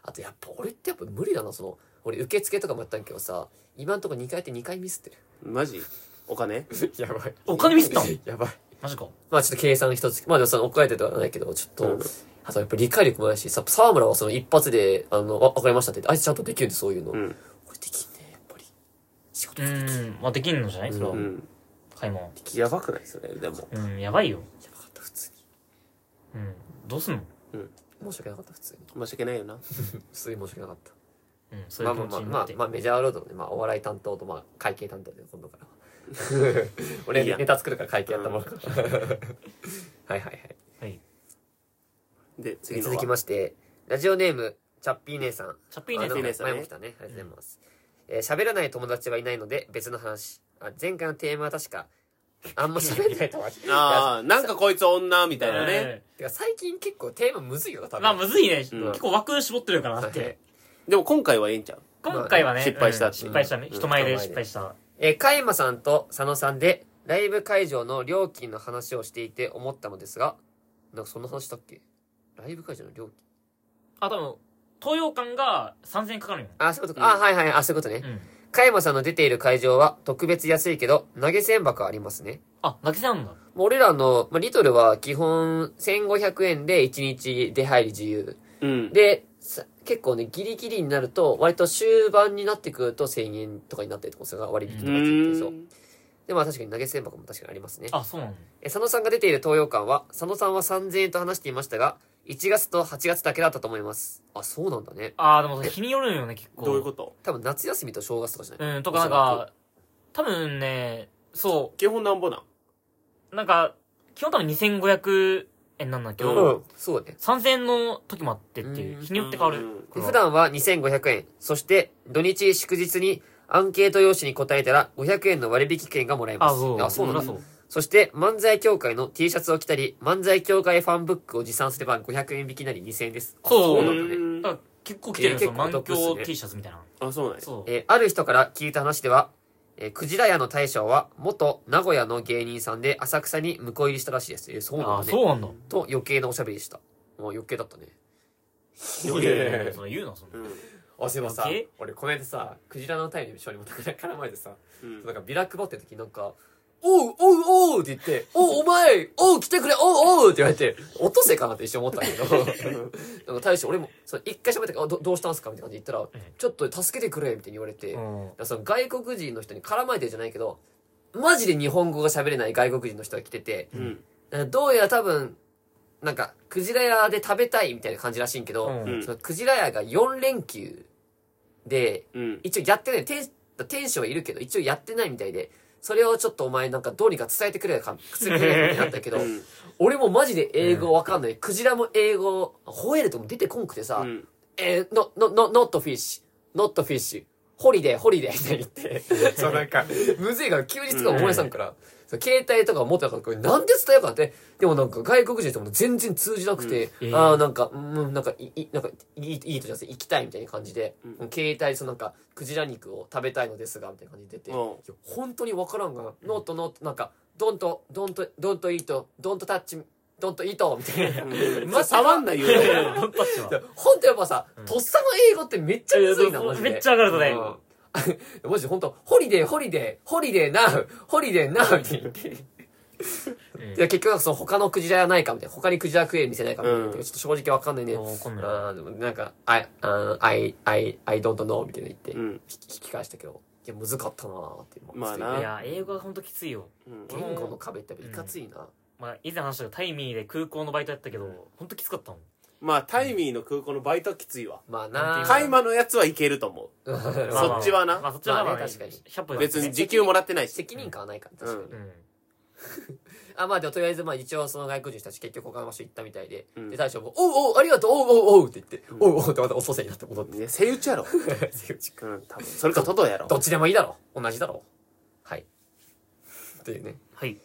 S2: あと、やっぱ俺ってやっぱ無理だな、その、俺受付とかもやったんけどさ、今んとこ2回やって2回ミス
S3: *laughs*
S2: ってる。
S3: マジお金
S2: やばい。
S1: お金ミスったん
S2: *laughs* やばい。
S1: マジか。
S2: まあちょっと計算一つ、まあでもその怒られてとかはないけど、ちょっと、
S3: うん
S2: あとやっぱ理解力もないし、さ、沢村はその一発で、あの、わ、わかりましたって言って、あいつちゃんとできるんで、そういうの。
S3: う
S2: 俺
S3: ん。
S2: できんね、やっぱり。仕事
S1: う
S2: できん、や
S1: ん。まあ、できんのじゃないそれは
S3: う。ん。
S1: 買い物。
S3: やばくないそれ。でも。
S1: うん、やばいよ。
S2: ばかった、普通に。
S1: うん。どうすんの
S2: 申し訳なかった、普通に。
S3: 申し訳ないよな。
S2: 普通に申し訳なかった。
S1: うん、そうい
S2: まあ
S1: う気
S2: まあ
S1: 持ちに
S2: まあ、ま
S1: な
S2: あ
S1: っ、て
S2: ま。あ、メジャーロードのね、まあ、お笑い担当と、まあ、会計担当で、今度 *laughs* からは。俺
S3: いいや
S2: ネタ作るから会計やった *laughs* もん。からはいはいはい。
S1: はい。
S3: で、次の
S2: 続
S3: は
S2: き。まして、ラジオネーム、チャッピー姉さん。
S1: チャッピーネ
S2: あ
S1: さん。
S2: なんか前も来たね。ありがとうございます。えー喋らない友達はいないので、別の話。あ、前回のテーマは確か、あんま喋んない友
S1: *laughs*
S2: 達。
S3: ああ、なんかこいつ女みたいなね。
S1: え
S2: てか最近結構テーマむずいよな、多
S1: ー
S2: 分。
S1: まあ、むずいね。
S3: うん
S1: 結構枠絞ってるから、だっ
S2: はい
S1: て。
S3: でも今回はええんちゃう
S1: 今回はね。
S3: まあね失敗した
S1: うん失敗したね。
S3: うん
S1: 人前で失敗した。
S2: えー、カイマさんと佐野さんで、ライブ会場の料金の話をしていて思ったのですが、なんかそんな話したっけライブ会場の料金
S1: あ、多分、東洋館が3000円かかるよ。
S2: あ、そういうこと
S3: うん
S2: か。あ、はいはい、あ、そういうこと
S1: う
S2: ね。
S1: ん。
S2: カイマさんの出ている会場は特別安いけど、投げ銭箱ありますね。
S1: あ、泣きちゃうんだ。
S2: もう俺らの、まあ、リトルは基本1500円で1日出入り自由。
S3: うん。
S2: で、さ結構ね、ギリギリになると、割と終盤になってくると1000円とかになってるとこですが、割引と
S3: う
S2: かついてる
S3: ー。
S2: そうんで、まあ確かに投げ銭箱も確かにありますね。
S1: あ、そうなんだ。
S2: え佐野さんが出ている東洋館は、佐野さんは3000円と話していましたが、1月と8月だけだったと思います。あ、そうなんだね。
S1: あー、でも日によるんよね、結構。
S3: どういうこと
S2: 多分夏休みと正月とかじゃない、
S1: うん、とかなんか、多分ね、そ
S3: 基本なんぼなん。
S1: う、なんか、基本多分2500円なんだけ
S3: う
S1: ど、
S3: ん
S2: そうね。
S1: 3000円の時もあってっていうう、
S2: ん
S1: 日によって変わ
S3: う
S1: る
S3: ん。
S1: こ
S2: で
S1: れは
S2: 普段は2500円。そして、土日祝日にアンケート用紙に答えたら500円の割引券がもらえま
S1: あ、
S2: す。
S1: そう。
S2: あ、そうなんだ。
S1: そりゃ
S2: そして、漫才協会の T シャツを着たり、漫才協会ファンブックを持参すれば500円引きなり2000円です。あ
S1: そう
S2: そうなんだね。
S1: そうだから結構着てるんですよ。
S2: えー結構
S1: 満
S2: お得っすね
S1: 響 T シャツみたいな。
S3: あ、そうなんや。
S1: そう。
S2: えーある人から聞いた話では、えー、クジラ屋の大将は元名古屋の芸人さんで浅草に向こう入りしたらしいです。えーそうな
S1: あ
S2: ん
S1: ー、
S2: だ
S1: そ
S2: ね。
S1: うなんだ。
S2: と余計なおしゃべりでした。もう余計だったね。
S1: いやいやいやその言うな、その。
S3: うん
S2: あ、すい
S1: ません余計
S2: 俺この間さ、クジラのタイム勝利もから前でさ、
S3: うん
S2: なんかビラ配ってる時なんか、おうおうおうって言って、おうお前おう来てくれおうおうって言われて、落とせかなって一瞬思ったんだけど、なんか大将俺も、その一回喋ってからあど、どうしたんすかみたいな感じで言ったら
S1: え、
S2: ちょっと助けてくれみたいに言われて、
S1: うん。
S2: その外国人の人に絡まれてるじゃないけど、マジで日本語が喋れない外国人の人が来てて、
S3: うん。
S2: なんかどうやら多分、なんか、クジラ屋で食べたいみたいな感じらしいんけど、
S1: うん
S2: そのクジラ屋が4連休で、
S3: うん。
S2: 一応やってない、店店主はいるけど、一応やってないみたいで、それをちょっとお前なんかどうにか伝えてくれやか、 *laughs* 伝えてくれやかになったけど、
S3: うん
S2: 俺もマジで英語わかんない。クジラも英語、ホエールとかも出てこんくてさ、
S3: うん
S2: えー、no, no, no, not fish, not fish, ホリデー、ホリデーって言って、 *laughs* そうなんか、むずいから休日とか思い出さんから、そう携帯とか持ってたから、これなんで伝えようかって、でもなんか外国人とも全然通じなくて、
S1: うん
S2: ああ、なんか、うん、なんか、いい、なんか、いい、いいとじゃなくて、行きたいみたいな感じで、携帯、そのなんか、クジラ肉を食べたいのですが、みたいな感じで出て、
S3: うん
S2: いや本当にわからんが、ノートノート、なんか、ドンと、ドンと、ドンとイート、ドンとタッチ、ドンとイート、みたいな。
S3: うん
S2: まさか
S3: 触んないよね
S1: ドンタッチは。
S2: ほんとやっぱさ、とっさの英語ってめっちゃむずいな、マジで。
S1: めっちゃ上がるとね。
S2: うんマ *laughs* ジでほんと、ホリデー、ホリデー、ホリデーな、ホリデーな、みたいな。
S1: うん
S2: いや、結局、その他のクジラやないかみたいな、他にクジラ食え見せないかみたいな、
S3: うん
S2: ちょっと正直わかんないね。
S1: もう怒んない
S2: あーでもなんか、I, あー I, I, I don't know みたいな言って、
S3: う
S2: 引
S3: ん
S2: き引き返したけど、いや、難かったなーって。
S3: まあない
S1: や、英語がほんときついよ。
S3: うん
S2: 言語の壁ってやっぱいかついな。
S1: まあ、以前話したけど、タイミーで空港のバイトやったけど、ほんときつかったもん。
S3: まあタイミーの空港のバイトはきついわ
S2: まあなー
S3: カイマのやつはいけると思
S1: まあまあ
S3: そっちはな
S1: まあ、そっちは
S2: ま
S1: ま
S2: あ
S1: あ、
S2: ね確かに
S1: 100
S3: う
S1: 歩
S3: 別に時給もらってない
S2: *laughs*
S3: し
S2: 責任感はないから、確かに。
S3: うん
S1: うん。
S2: あまあでもとりあえずまあ一応その外国人たち結局他の場所行ったみたいで、
S3: うん
S2: で大将も「おうおうありがとうおうおうおう」って言って「おうおう」ってまたお蘇生になって戻って *laughs*
S3: ねセイウチやろうん多分それかトトやろ
S2: どっちでもいいだろう同じだろうはいっていうね
S1: はい。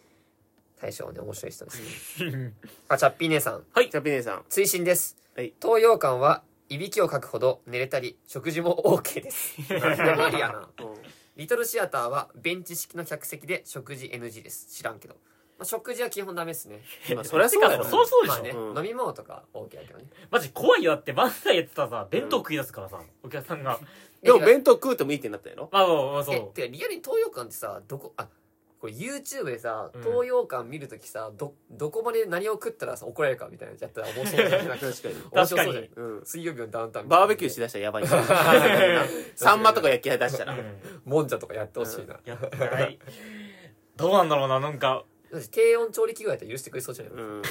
S2: 大将はね面白い人です
S3: *laughs*
S2: ねあチャッピー姉さん
S3: チャピネさん
S2: 追伸です、
S3: はい
S2: 東洋館はいびきをかくほど寝れたり食事も OK です
S3: *laughs*
S2: いや無理やな
S3: うん
S2: リトルシアターはベンチ式の客席で食事 NG です知らんけど、まあ、食事は基本ダメですね
S3: まあそりゃそうや
S1: て
S3: ろ
S1: か *laughs* そうそうでしょ
S2: まあね、
S3: うん
S2: 飲み物とか OK だけどね
S1: マジ怖いよ。だって、漫才やってたらさ、弁当食い出すからさ、お客さんが。
S3: でも弁当食うてもいいってなっ
S1: *laughs*
S3: たやろ
S1: まあ、まあまあ、そ
S2: え
S1: う。
S2: てかリアルに東洋館ってさどこあこれ YouTube でさ
S1: うん
S2: 東洋館見るときさ、どどこまで何を食ったらさ怒られるかみたいなやつやったら面白いじゃん面白
S3: *laughs* 確かに
S2: そうじゃん
S1: 確かに
S3: うん
S2: 水曜日のダウンタウンみたいな
S3: バーベキューしだしたらやばいなサンマとか焼き屋出した
S1: う
S3: ら
S1: ん
S2: もんじゃとかやってほしいな、
S1: やってない。どうなんだろうな、なんか。
S2: だって低温調理器具やったら許してくれそうじゃない、
S3: うん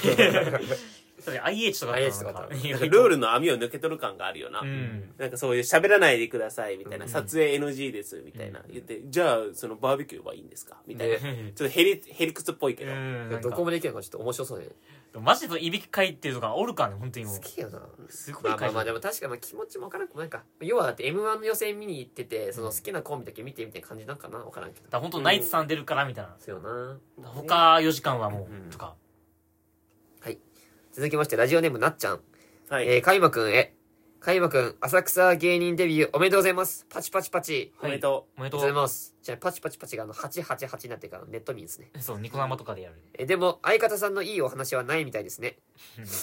S1: それ IH とかだったらなん
S2: IH
S1: 意
S3: ル
S1: 外と
S3: ールの網を抜け取る感があるよな
S1: うん。
S3: なんかそういう喋らないでくださいみたいな、
S2: うん
S3: 撮影 NG ですみたいな、言って、じゃあそのバーベキューはいいんですかみたいな。
S2: ね
S3: ちょっとヘリ、ヘリクツっぽいけど。
S1: うん。なんか
S2: どこまでいけるのかちょっと面白そうね
S1: でもマジでいびきかいてるとかおるからね、本当にも
S2: 好
S1: う。
S2: きやな
S1: すごい
S2: まあま
S1: か
S2: あ
S1: い
S2: まあ
S1: て
S2: で
S1: る。
S2: も確かにまあ気持ちもわからんくもないか要はだって m 1の予選見に行っててその好きなコンビだけ見てみたいな感じなんかなわからんけど
S1: だ本当ナイツさん出るからみたいな。
S2: そうよな
S1: 他4時間はも
S2: うん
S1: う、とか。
S2: 続きましてラジオネームなっちゃん
S3: はい。
S2: えー、かいまくんへ。かいまくん、浅草芸人デビューおめでとうございます。パチパチパチ。
S3: おめでと
S1: おめで
S2: おめでと
S1: と。
S2: うございうます。じゃあ、パチパチパチがあの、888になってるからネット民ですね。
S1: そう、ニコ生とかでやる。
S2: えーでも、相方さんのいいお話はないみたいですね。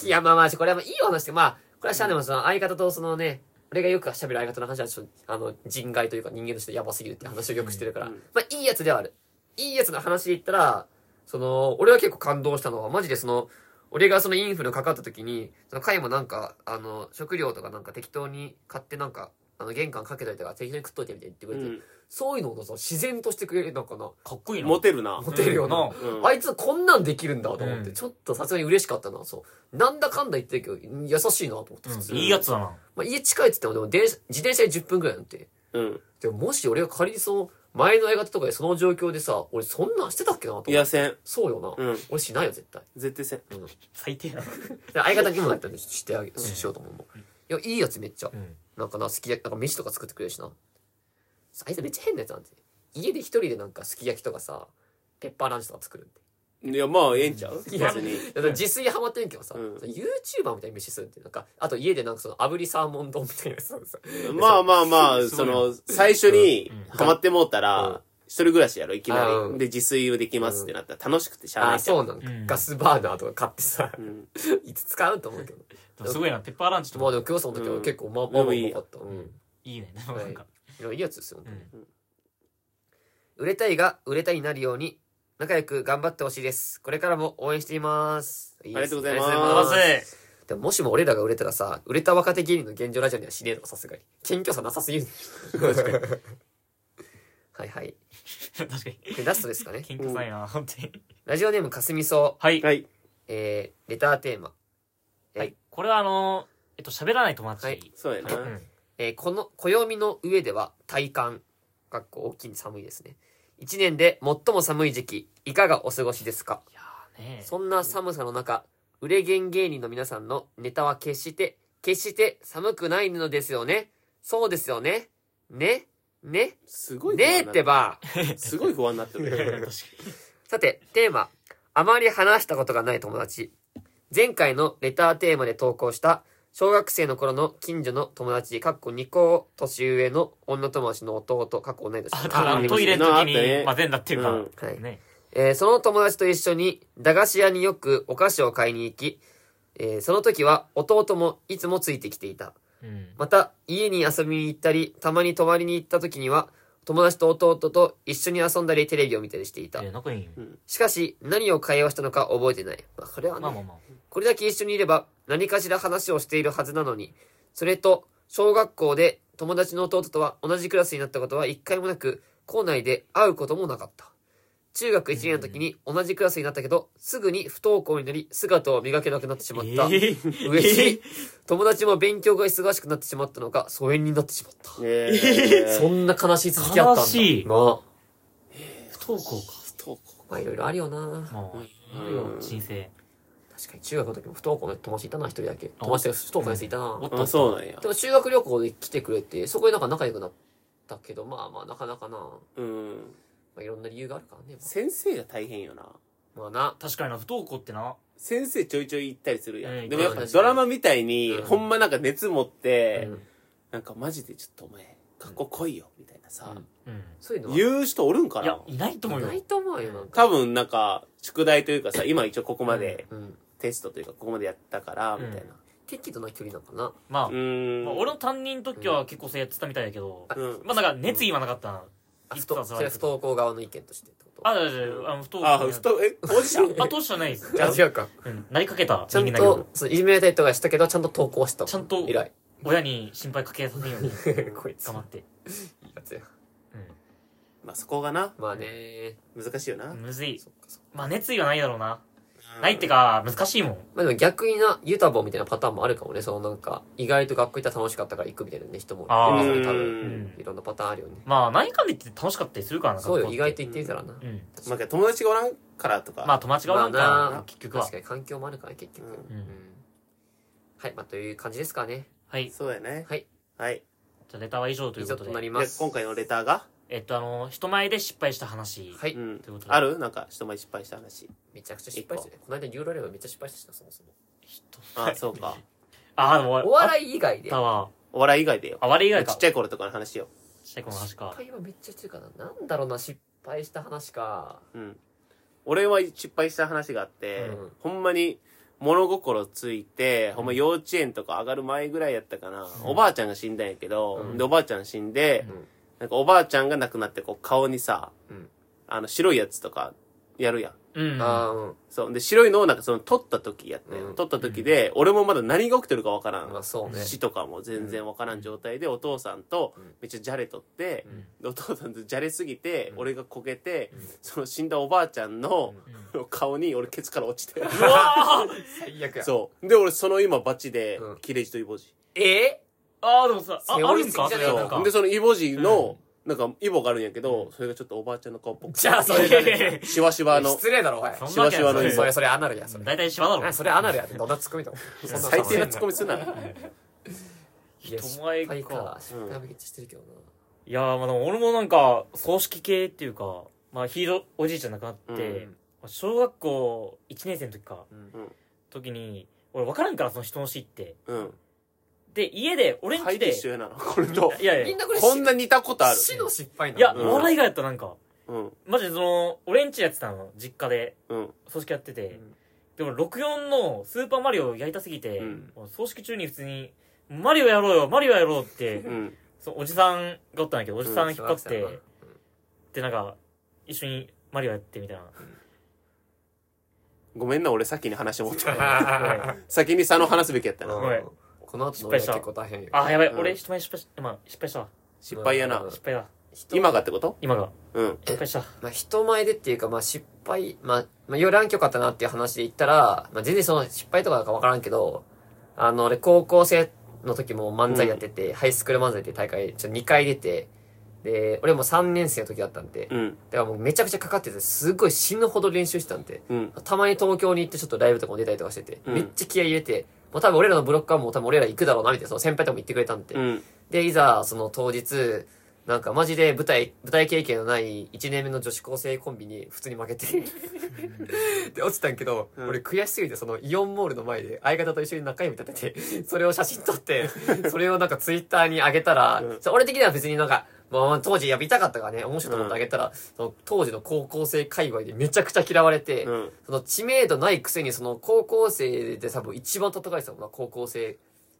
S2: いや、まあまあ、これはまあいいお話って、まあ、これはしゃあないもんその相方とそのね、俺がよく喋る相方の話はちょっと、あの、人外というか人間としてやばすぎるって話をよくしてるから、
S3: うん
S2: まあ、いいやつではある。いいやつの話で言ったら、その、俺は結構感動したのは、マジでその、俺がそのインフルかかった時に、その会もなんか、あの、食料とかなんか適当に買ってなんか、あの、玄関かけといたから適当に食っといてみたいに言ってく
S3: う。
S2: れ
S3: う
S2: て、
S3: ん
S2: そういうのをさ、自然としてくれるのかな。
S1: かっこいいな。
S3: モテるな。
S2: モテるよな。
S1: うん
S3: うん
S2: あいつこんなんできるんだと思って、
S1: うん
S2: ちょっとさすがに嬉しかったな、そう。なんだかんだ言ってるけど、優しいなと思って、普通
S1: うんいいやつだな。
S2: まあ、家近いって言っても、でも電車自転車で10分くらいなんて。
S3: うん。
S2: でも、もし俺が仮にその、前の相方とかでその状況でさ、俺そんなんしてたっけなと
S3: い
S2: 思っ
S3: や、
S2: て。
S3: せん。
S2: そうよな。
S3: うん。
S2: 俺しないよ、絶対。
S3: 絶対せん。
S1: 最低だな。
S2: で相方にもだったんで、してあげ、しようと思うもん。いや、いいやつめっちゃ。
S1: うん
S2: なんかな、すき焼き、なんか飯とか作ってくれるしな。あいつめっちゃ変なやつなんて。家で一人でなんかすき焼きとかさ、ペッパーランチとか作るんで。
S3: いや、まあ、ええんちゃう別
S2: いや
S3: に。
S2: だから自炊ハマってんけどさ、
S3: うん
S2: その YouTuber みたいに飯するってなんかあと家でなんかその炙りサーモン丼みたいなやつさ
S3: まあまあまあ、その、最初に
S1: うん
S3: ハマってもうた
S2: うん
S3: ら、一人暮らしやろ、いきな
S2: うん
S3: り。で、自炊をできますってなったら楽しくてしゃあ
S2: あ
S3: な
S2: あ
S3: いじゃん。
S2: そうなんか、
S1: うん
S2: ガスバーナーとか買ってさ、
S3: ん
S2: いつ使うと思うけど
S1: でもすごいな、ペッパーランチと
S2: ま
S1: か
S2: あでも今日その時は結構まあまあまあうまかった、うん
S1: いいね。でもなんか。
S2: いやいいやつですよ、
S1: うん
S2: 売れたいが売れたいになるように仲良く頑張ってほしいですこれからも応援していますいいですね
S3: ありがとうござい
S1: ま
S3: ます
S1: ず
S2: でももしも俺らが売れたらさ売れた若手芸人の現状ラジオにはしねえのかさすがに謙虚さなさすぎるはいはい
S1: *laughs* 確かに。
S2: でラストですかね
S1: 喧嘩さいな、本当に。
S2: ラジオネームかすみそ
S1: はい。
S3: はい。
S2: う、えー、レターテーマ、
S1: はい。これはあの、えっと、喋らない友達。
S2: は
S1: はいい。
S3: そうや
S1: う
S3: な。
S1: ん
S2: えーこの暦の上では体感かっこ大きいに寒いですね1年で最も寒い時期、いかがお過ごしですか
S1: いやーね
S2: そんな寒さの中、売れ弦芸人の皆さんのネタは決して、決して寒くないのですよね。そうですよね。ねね
S3: すごい不安
S2: ねえ
S3: にな
S2: ってば。
S3: るすごい不安になってる
S1: 確か
S2: *laughs*
S3: ね
S1: に
S2: さて、テーマ。あまり話したことがない友達。前回のレターテーマで投稿した、小学生の頃の近所の友達、かっこ2個年上の女友達の弟、かっこ同い年の
S1: あだか
S3: *laughs* あ
S1: らトイレの時に
S3: な
S1: 混ぜんだっていうか、
S3: うん
S2: はい
S1: ね
S2: えーその友達と一緒に駄菓子屋によくお菓子を買いに行き、えーその時は弟もいつもついてきていた。
S1: うん
S2: また、家に遊びに行ったり、たまに泊まりに行った時には、友達と弟と一緒に遊んだりテレビを見たりしていた。
S1: えー仲いいよ
S2: しかし、何を会話したのか覚えてない。まあ、これはね、
S1: まあまあまあ
S2: これだけ一緒にいれば何かしら話をしているはずなのに、それと、小学校で友達の弟とは同じクラスになったことは一回もなく、校内で会うこともなかった。中学1年の時に同じクラスになったけど、すぐに不登校になり、姿を磨けなくなってしまっ
S1: え
S2: た。
S1: ー
S2: 嬉しい。友達も勉強が忙しくなってしまったのか、疎遠になってしまった。
S3: え
S2: そんな悲しい続きあったんだ。
S1: 悲しい
S2: ま
S1: 不登校
S3: 不登
S2: あ、まあいろいろあるよな
S1: か。まあ
S3: うん
S1: いるよ申請
S2: 確かに中学の時も不登校の友達いたな、一人だけ。友達が不登校のやついたな。
S1: おっ
S3: 校
S1: と
S3: あそうなんや
S2: でも修学旅行で来てくれて、そこでなんか仲良くなったけど、まあまあなかなかな、ま
S3: うん
S2: あ、いろんな理由があるからね。
S3: 先生が大変よな
S2: まあな。
S1: 確かにな不登校ってな
S3: 先生ちょいちょい行ったりするやん、
S1: うん
S3: でもやっ
S2: う
S3: ぱ
S2: ん
S3: ドラマみたいに、
S2: うん
S3: ほんまなんか熱持って、
S2: うん
S3: なんかマジでちょっとお前学校来いよみたいなさ、
S1: うん
S2: そういうのは。
S3: 言う人おるんか
S1: いや
S3: ない
S1: ないと思うよ
S2: ないと思うよ、なんか。
S3: 多分なんか宿題というかさ今一応ここまで
S2: うん。
S3: テストというかここまでやったから
S1: うん
S3: みたいな
S2: 適度な距離なのかな。
S1: まあ
S3: うーん
S1: まあ俺の担任の時は結構そうやってたみたいだけど
S2: あ
S3: うん
S1: まあなんか熱意はなかったな
S2: あ、
S1: い
S2: 不
S1: つか
S2: 登
S1: そ
S2: そ
S1: れ
S2: れは不登校側の意見としてってこと
S1: あだだだあの不登
S3: あ
S1: 校
S3: ふとえ当事者
S1: あ当時じゃないです
S2: あ、違うか。
S1: うんなりかけた
S2: ちゃ
S1: 人
S2: ん
S1: 間だけど
S2: と、そのいじめられたりとかしたけど、ちゃんと投稿した。
S1: ちゃんと
S2: 偉い。
S1: *laughs* 親に心配かけさせんように
S2: こいつ
S1: 頑張って
S2: いいやつや。
S3: まあそこがな
S2: *laughs* まあね。
S3: 難しいよな、
S1: うんむずい
S2: そっかそっか。
S1: まあ熱意はないだろうなないってか難しいもん
S2: まあでも逆にな、ユタボみたいなパターンもあるかもね。そのなんか、意外と学校行ったら楽しかったから行くみたいなね、人もいる
S1: あー
S2: よね多
S3: う
S2: 分。
S1: ん
S2: いろんなパターンあるよね。
S1: まあ何かんで言って楽しかったりするからな
S2: そうよ、意外
S1: と
S2: と行ってみたらな。
S1: うん
S3: まあけど友達がおらんからとか
S1: まあ友達がおらんか
S2: まあ
S1: ら
S2: な
S1: 結局は
S2: 確かに環境もあるから結局、
S3: うん
S1: うん
S2: はいまあという感じですかね
S1: はいじ
S3: そうやね
S2: はい
S3: はい
S1: ゃあレターは以上とい
S2: 以
S1: う
S2: 上
S1: こと
S2: とな
S1: で
S2: り
S3: じゃ
S2: ま
S3: あ
S2: す
S3: 今回のレターが、
S1: えっとあの人前で失敗した話
S2: はい、
S3: うん
S1: ということで
S3: あるなんか人前失敗した話
S2: めちゃくちゃ失敗してねこの間ユーロレバーめっちゃ失敗したしなそもそも
S1: 人
S3: あそうか
S1: ああでも
S2: お
S1: い
S2: 笑い以外で
S1: だわ
S3: お笑い以外でよ
S1: あ割れ以外
S3: ち
S1: か
S3: っちゃい頃とかの話よ
S1: ちっちゃい子の話か
S2: 失敗はめっちゃしてるかななんだろうな失敗した話か
S3: うん俺は失敗した話があって、
S2: うん
S3: ほんまに物心ついて、ほんま幼稚園とか上がる前ぐらいやったかな、おばあちゃんが死んだんやけど、
S2: うん
S3: でおばあちゃん死んで、
S2: うん
S3: なんかおばあちゃんが亡くなってこう顔にさ、
S2: うん
S3: あの白いやつとかやるやん
S1: うん
S2: あー
S3: そう。で、白いのをなんかその取った時やった
S2: う
S3: よ。
S2: ん
S3: 取った時で、俺もまだ何が起きてるかわから。
S2: うんんまあそうね
S3: 死とかも全然わからん状態で、お父さんと
S2: うん
S3: めっちゃじゃれとって、
S1: うん
S3: でお父さんとじゃれすぎて、
S2: うん
S3: 俺がこけて、
S2: うん
S3: その死んだおばあちゃんの
S1: うん
S3: 顔に俺ケツから落ちて。
S1: うわー
S2: 最悪や
S3: *laughs* そう。で、俺その今バチで
S2: うん、
S3: 切れ字とイボジ。
S2: え
S1: あーでもさああ
S2: 背負
S1: る
S2: いす
S1: ん
S2: ぎ
S1: か
S2: じゃ
S1: そ
S2: ね
S1: れ
S2: え
S1: は
S2: か
S1: なんか
S3: そう。で、そのイボジの、なんかイボがあるんやけど、それがちょっとおばあちゃんの顔っぽくて
S2: じゃあそれだね
S3: しわしわの。
S2: 失礼だろおい
S1: そん
S3: し
S1: なわ
S3: わ
S1: け
S3: し
S1: ない
S3: わのイ
S1: れ
S2: そ
S3: ボ
S2: れ。それアナルやそれ
S1: 大体島だろ
S2: あそれアナルやってどんなツッコミだろそんなの
S3: 最低なツッコミすんな。
S2: いや
S1: 人前か
S2: 失敗か失敗はめっちゃしてるけどな、
S1: いやーまあでも俺もなんか葬式系っていうかまあひいおおじいちゃん亡くなって、
S3: うん
S1: 小学校1年生の時か、
S3: ん
S1: 時に俺分からんからその人の死って
S3: うん。
S1: で家で俺ん
S3: 肺
S1: 家
S3: と
S1: で
S3: 一緒やな。これと。
S1: いやいや
S2: みんなこれ
S3: こんな似たことある。
S2: 死の失敗な
S1: *laughs*
S2: の
S1: いや、
S3: うん
S1: お笑いがやったなんか
S3: うん。
S1: マジでその俺ん家やってたの実家で
S3: うん。
S1: 葬式やってて、
S2: ん
S1: でも64の「スーパーマリオ」やりたすぎて、
S3: うん
S1: もう葬式中に普通に「マリオやろうよマリオやろう」って、
S3: うん。
S1: そのおじさんがおったんだけどおじさん引っ張って、
S2: うんうん
S1: でなんか一緒にマリオやってみたいな
S3: ごめんな、俺先に話持ってた。
S1: は
S3: 先に佐野話すべきやった
S2: う
S3: な。
S1: ごめん
S2: んこの後の俺は結構大変よ
S1: あ、やばい、
S3: うん
S1: 俺、人前失敗し、まあ、失敗した。
S3: 失敗やな
S2: うん。
S1: 失敗だ。
S2: 人
S3: 今がってこと
S1: 今が。
S3: うん。
S1: 失敗した。
S2: まあ人前でっていうかまあ失敗まあまあより暗きよかったなっていう話で言ったらまあ全然その失敗とかなんかわからんけどあの俺高校生の時も漫才やっててハイスクール漫才っていう大会ちょっと2回出てで、俺も3年生の時だったんで、だ
S3: うん。
S2: からもうめちゃくちゃかかってて、すごい死ぬほど練習してたんで、
S3: うん。
S2: たまに東京に行ってちょっとライブとかも出たりとかしてて、
S3: うん
S2: めっちゃ気合い入れて、もう多分俺らのブロックはもう多分俺ら行くだろうな、みたいな、その先輩とかも言ってくれたんで、
S3: うん。
S2: で、いざ、その当日、なんかマジで舞台、舞台経験のない1年目の女子高生コンビに普通に負けて、で、落ちたんけど、
S3: うん
S2: 俺悔しすぎて、そのイオンモールの前で相方と一緒に中指立て *laughs* て、それを写真撮
S3: *laughs*
S2: って、それをなんかツイッターに上げたら、
S3: うん
S2: そう俺的には別になんか、まあ、当時やりたかったからね、面白いと思ってあげたら、その当時の高校生界隈でめちゃくちゃ嫌われて、
S3: うん。
S2: その知名度ないくせにその高校生で多分一番叩かれてたもんな、高校生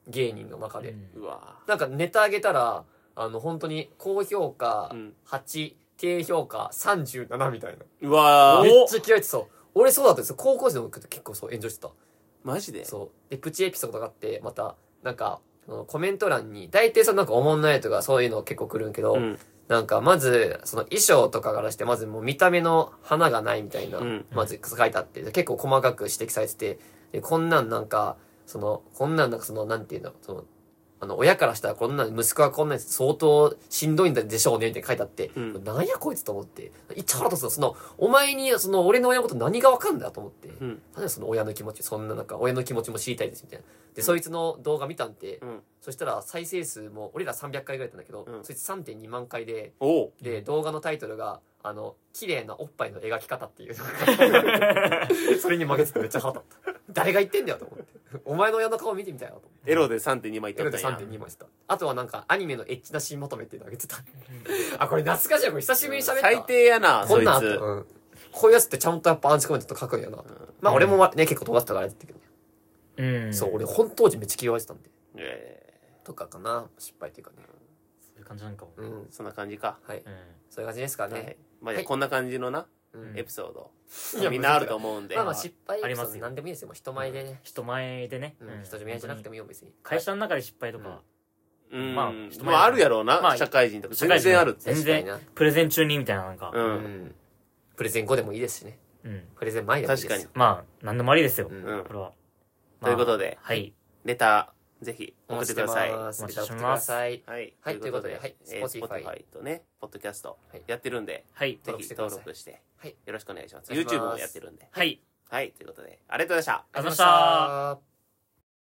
S2: 芸人の中で。
S3: うわ
S2: なんかネタ上げたら、あの、本当に高評価
S3: うん
S2: 8、低評価37みたい
S3: ぁ。うわ
S2: な。
S3: ぁ
S2: めっ。ちゃ嫌いってそう。俺そうだったんですよ。高校生の時結構そう炎上してた。
S3: マジで
S2: そう。で、プチエピソードがあって、また、なんか、あのコメント欄に、大体そのなんかおもんないとかそういうの結構来るんけど、
S3: うん。
S2: なんかまず、その衣装とかからして、まずもう見た目の花がないみたいな、
S3: うん
S2: まず書いてあって、結構細かく指摘されてて、で、こんなんなんか、その、こんなんなんかその、なんていうの、その、あの、親からしたらこんなん、息子はこんなん相当しんどいんでしょうね、って書いてあって、
S3: うん
S2: なんやこいつと思って、いっちゃ腹立つの、その、お前に、その、俺の親のこと何がわかんだと思って、
S3: うん。
S2: なんでその親の気持ち、そんななんか、親の気持ちも知りたいです、みたいな。で、そいつの動画見たんで、
S3: うん。
S2: そしたら再生数も、俺ら300回ぐらいだったんだけど、
S3: うん
S2: そいつ3.2万回で、
S3: おう。
S2: で、動画のタイトルが、あの、綺麗なおっぱいの描き方っていう。
S3: *laughs*
S2: それに負けててめっちゃ腹立った。誰が言ってんだよと思って。お前の親の顔見てみたよと思って。
S3: エロで3.2枚い
S2: エ
S3: っと
S2: ロ
S3: った
S2: で
S3: んや。
S2: 3.2枚した。あとはなんかアニメのエッチなシーンまとめっていうのあげてた。あ、これ懐かしい。これ久しぶりに喋った。
S3: 最低やな、
S2: こ
S3: そ
S2: ん
S3: い
S2: なんあった
S3: つ。
S2: うんこういうやつってちゃんとやっぱアンチコメントと書くんやなと。まあ俺もね、結構飛ばしたからあれだったけど。
S1: うん。
S2: そう、
S1: そ
S2: 俺本当時めっちゃ嫌われてたんで。
S3: え
S2: とかかな。失敗っていうかね。
S1: ういう感じなんかも。
S2: う
S1: うん。
S2: ん
S3: ー。そんな感じか。
S2: はい。そういう感じですか
S3: は
S2: ね
S3: い。。まあじ
S2: は
S3: ゃ
S2: い
S3: あこんな感じのな、
S2: うん
S1: ん
S3: エピソ
S2: い
S3: ー
S2: や
S3: ド。みんなあると思うんで。
S2: まあまあ失敗
S1: あ
S2: エ
S1: り
S2: ピソ
S1: ま
S2: ー
S1: す
S2: ド
S1: よ
S2: なんでもいいですよ。もう人前でね。
S1: 人前でね。
S2: うん、人じめじゃなくてもいいよ、別に。
S1: 会社の中で失敗とか、
S3: うん。
S1: ま
S3: ま
S1: あ
S3: あ
S1: 人前
S3: あるやろう
S1: ま
S3: な、
S1: あ
S3: 社会人とか。
S1: 社
S3: 全
S1: 会人
S3: 然ある。
S1: 全
S2: 確
S1: 然
S2: か
S1: プレゼン中にみたいななんか、
S3: う。
S1: うん
S2: にな。うんん。プレゼン後でもいいですしね。
S1: ん。
S2: プレゼン前でもいいです。
S3: 確かに
S1: まあ、なんでもありですよ。
S2: う
S1: こ
S2: ん。
S3: うん。
S1: れは。
S3: ということ
S1: で。
S3: で、
S1: はい。
S3: レター、ぜひ
S2: お
S3: 送っ
S2: 待ち
S3: て
S2: し
S3: く
S2: て
S3: ださい。
S2: ます。
S1: お待ちしてます
S2: 送ってください。
S3: はい。
S2: はいということで
S3: え
S2: はい
S3: ー
S2: Spotify
S3: Spotify とね、ポッドキャスト
S2: はい
S3: やってるんで、
S1: はい。
S3: ぜ
S2: 登録して
S3: ひ
S2: ください
S3: 登録して
S2: はい、
S3: よろしくお願いします。
S2: お願いします
S3: YouTube もやってるんで。
S1: はい。
S3: はい、ということで、ありがとうございました。
S1: ありがとうございました
S2: ありがとうございました。